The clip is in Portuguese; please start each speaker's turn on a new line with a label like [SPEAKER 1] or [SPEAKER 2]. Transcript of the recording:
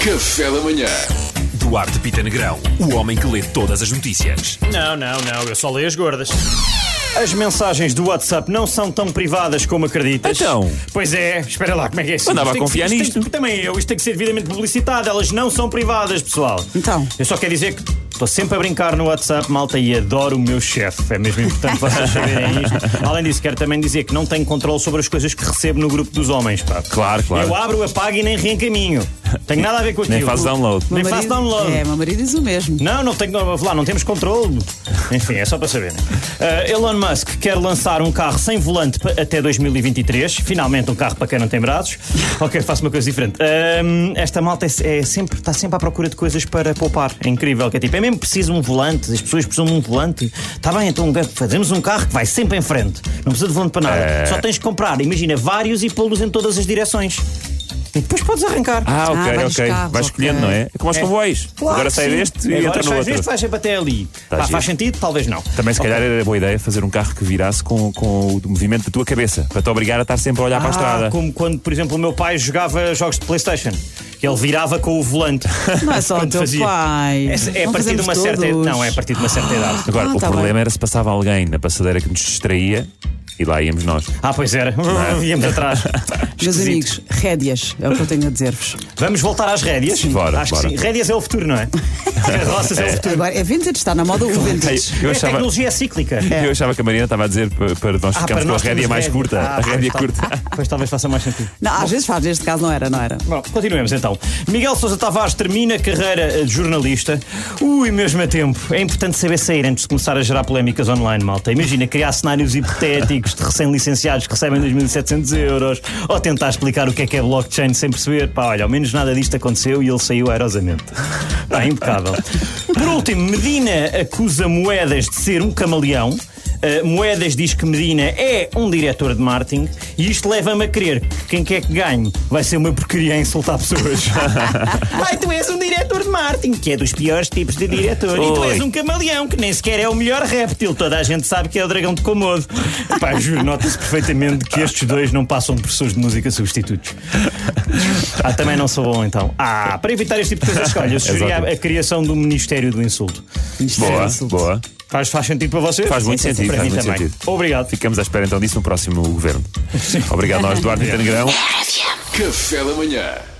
[SPEAKER 1] Café da Manhã.
[SPEAKER 2] Duarte Pita Negrão, o homem que lê todas as notícias.
[SPEAKER 3] Não, não, não, eu só leio as gordas.
[SPEAKER 4] As mensagens do WhatsApp não são tão privadas como acreditas.
[SPEAKER 2] Então?
[SPEAKER 4] Pois é, espera lá, como é que é isso?
[SPEAKER 2] Andava
[SPEAKER 4] Isto tem
[SPEAKER 2] a confiar
[SPEAKER 4] que- isto
[SPEAKER 2] nisto.
[SPEAKER 4] tem- também eu, isto tem que ser devidamente publicitado, elas não são privadas, pessoal.
[SPEAKER 5] Então?
[SPEAKER 4] Eu só quero dizer que estou sempre a brincar no WhatsApp, malta, e adoro o meu chefe. É mesmo importante vocês saberem isto. Além disso, quero também dizer que não tenho controle sobre as coisas que recebo no grupo dos homens, pá.
[SPEAKER 2] Claro, claro.
[SPEAKER 4] Eu abro, apago e nem reencaminho. Tenho nada a ver com aquilo.
[SPEAKER 2] Nem faz download.
[SPEAKER 4] Nem
[SPEAKER 5] Meu
[SPEAKER 4] faço
[SPEAKER 5] marido-
[SPEAKER 4] download.
[SPEAKER 5] É, meu marido diz o mesmo.
[SPEAKER 4] Não, não tenho. vamos Lá, não temos controle. Enfim, é só para saber. Uh, Elon Musk quer lançar um carro sem volante pa- até 2023. Finalmente, um carro para quem não tem braços. ok, faço uma coisa diferente. Um, esta malta é, é sempre, está sempre à procura de coisas para poupar. É incrível. Que é tipo, é mesmo preciso um volante. As pessoas precisam de um volante. Está bem, então fazemos um carro que vai sempre em frente. Não precisa de volante para nada. Só tens que comprar, imagina, vários e pô-los em todas as direções. E depois podes arrancar.
[SPEAKER 2] Ah, ok,
[SPEAKER 5] Ah, vários
[SPEAKER 2] ok.
[SPEAKER 5] carros,
[SPEAKER 2] Vais escolhendo,
[SPEAKER 5] ok.
[SPEAKER 2] não é? É como aos comboios.
[SPEAKER 4] Claro
[SPEAKER 2] Agora
[SPEAKER 4] que
[SPEAKER 2] sai
[SPEAKER 4] sim.
[SPEAKER 2] deste e
[SPEAKER 4] Agora
[SPEAKER 2] entra no
[SPEAKER 4] sais deste,
[SPEAKER 2] outro.
[SPEAKER 4] vais sempre até ali.
[SPEAKER 2] Tá giro.
[SPEAKER 4] Pá,
[SPEAKER 2] Tá
[SPEAKER 4] faz sentido? Talvez não.
[SPEAKER 2] Também se calhar era boa ideia fazer um carro que virasse com, com o do movimento da tua cabeça, para te obrigar a estar sempre a olhar
[SPEAKER 4] Ah,
[SPEAKER 2] para a estrada.
[SPEAKER 4] como quando, por exemplo, o meu pai jogava jogos de Playstation. que Ele virava com o volante.
[SPEAKER 5] Não é só o
[SPEAKER 4] Quando
[SPEAKER 5] teu
[SPEAKER 4] fazia.
[SPEAKER 5] pai.
[SPEAKER 4] É, é a
[SPEAKER 5] Não
[SPEAKER 4] partir de
[SPEAKER 5] fazemos
[SPEAKER 4] uma certa
[SPEAKER 5] todos.
[SPEAKER 4] Não, é a partir de uma certa idade.
[SPEAKER 2] Agora,
[SPEAKER 5] Ah,
[SPEAKER 2] o
[SPEAKER 5] tá
[SPEAKER 2] problema
[SPEAKER 5] bem.
[SPEAKER 2] era se passava alguém na passadeira que nos distraía e lá íamos nós.
[SPEAKER 4] Ah, pois era.
[SPEAKER 2] é?
[SPEAKER 4] Íamos atrás.
[SPEAKER 5] Meus
[SPEAKER 4] Esquisito.
[SPEAKER 5] amigos, rédeas, é o que eu tenho a dizer-vos.
[SPEAKER 4] Vamos voltar às rédeas?
[SPEAKER 2] Bora,
[SPEAKER 4] Acho
[SPEAKER 2] bora.
[SPEAKER 4] que sim. Rédeas é o futuro, não é? Carroças é o futuro.
[SPEAKER 5] Agora, é vintage, está na moda o
[SPEAKER 2] Ei,
[SPEAKER 5] vintage.
[SPEAKER 2] eu,
[SPEAKER 4] a
[SPEAKER 2] achava,
[SPEAKER 4] tecnologia é cíclica.
[SPEAKER 2] eu achava que a Mariana estava a dizer para, para nós
[SPEAKER 4] Ah, para
[SPEAKER 2] ficarmos com a
[SPEAKER 4] nós
[SPEAKER 2] rédea
[SPEAKER 4] temos
[SPEAKER 2] mais
[SPEAKER 4] rédea.
[SPEAKER 2] curta.
[SPEAKER 4] Ah,
[SPEAKER 2] a rédea
[SPEAKER 4] pois,
[SPEAKER 2] curta.
[SPEAKER 4] tal- Pois talvez faça mais sentido.
[SPEAKER 5] Não, às vezes faz, neste caso não era, não era.
[SPEAKER 4] Bom, continuemos então. Miguel Sousa Tavares termina a carreira eh, de jornalista. Ui, mesmo a tempo. É importante saber sair antes de começar a gerar polémicas online, malta. Imagina criar cenários hipotéticos de recém-licenciados que recebem 2.700 euros ou tentar explicar o que é que é blockchain sem perceber. Pá, olha, ao menos nada disto aconteceu e ele saiu aerosamente. Pá, impecável. Por último, Medina acusa moedas de ser um camaleão. Uh, Moedas diz que Medina é um diretor de marketing e isto leva-me a crer que quem quer que ganhe vai ser uma porcaria a insultar pessoas. Vai, tu és um diretor de marketing, que é dos piores tipos de diretor. E tu
[SPEAKER 2] Oi.
[SPEAKER 4] és um camaleão, que nem sequer é o melhor réptil. Toda a gente sabe que é o dragão de Komodo. Pá, juro, nota-se perfeitamente que estes dois não passam de professores de música substitutos. Ah, também não sou bom então. Ah, para evitar este tipo de coisas, olha, eu sugeria
[SPEAKER 2] Exato.
[SPEAKER 4] a criação do Ministério do Insulto.
[SPEAKER 5] Isto é
[SPEAKER 2] Boa,
[SPEAKER 5] insulto.
[SPEAKER 2] boa.
[SPEAKER 4] Faz, faz sentido para vocês?
[SPEAKER 2] Faz muito
[SPEAKER 4] Sim, sim, sim.
[SPEAKER 2] sentido,
[SPEAKER 4] Para
[SPEAKER 2] faz
[SPEAKER 4] mim
[SPEAKER 2] muito
[SPEAKER 4] também.
[SPEAKER 2] sentido.
[SPEAKER 4] Obrigado.
[SPEAKER 2] Ficamos à espera
[SPEAKER 4] É.
[SPEAKER 2] então disso no próximo governo. Obrigado, nós, Duarte Pita Negrão.
[SPEAKER 1] Café da Manhã.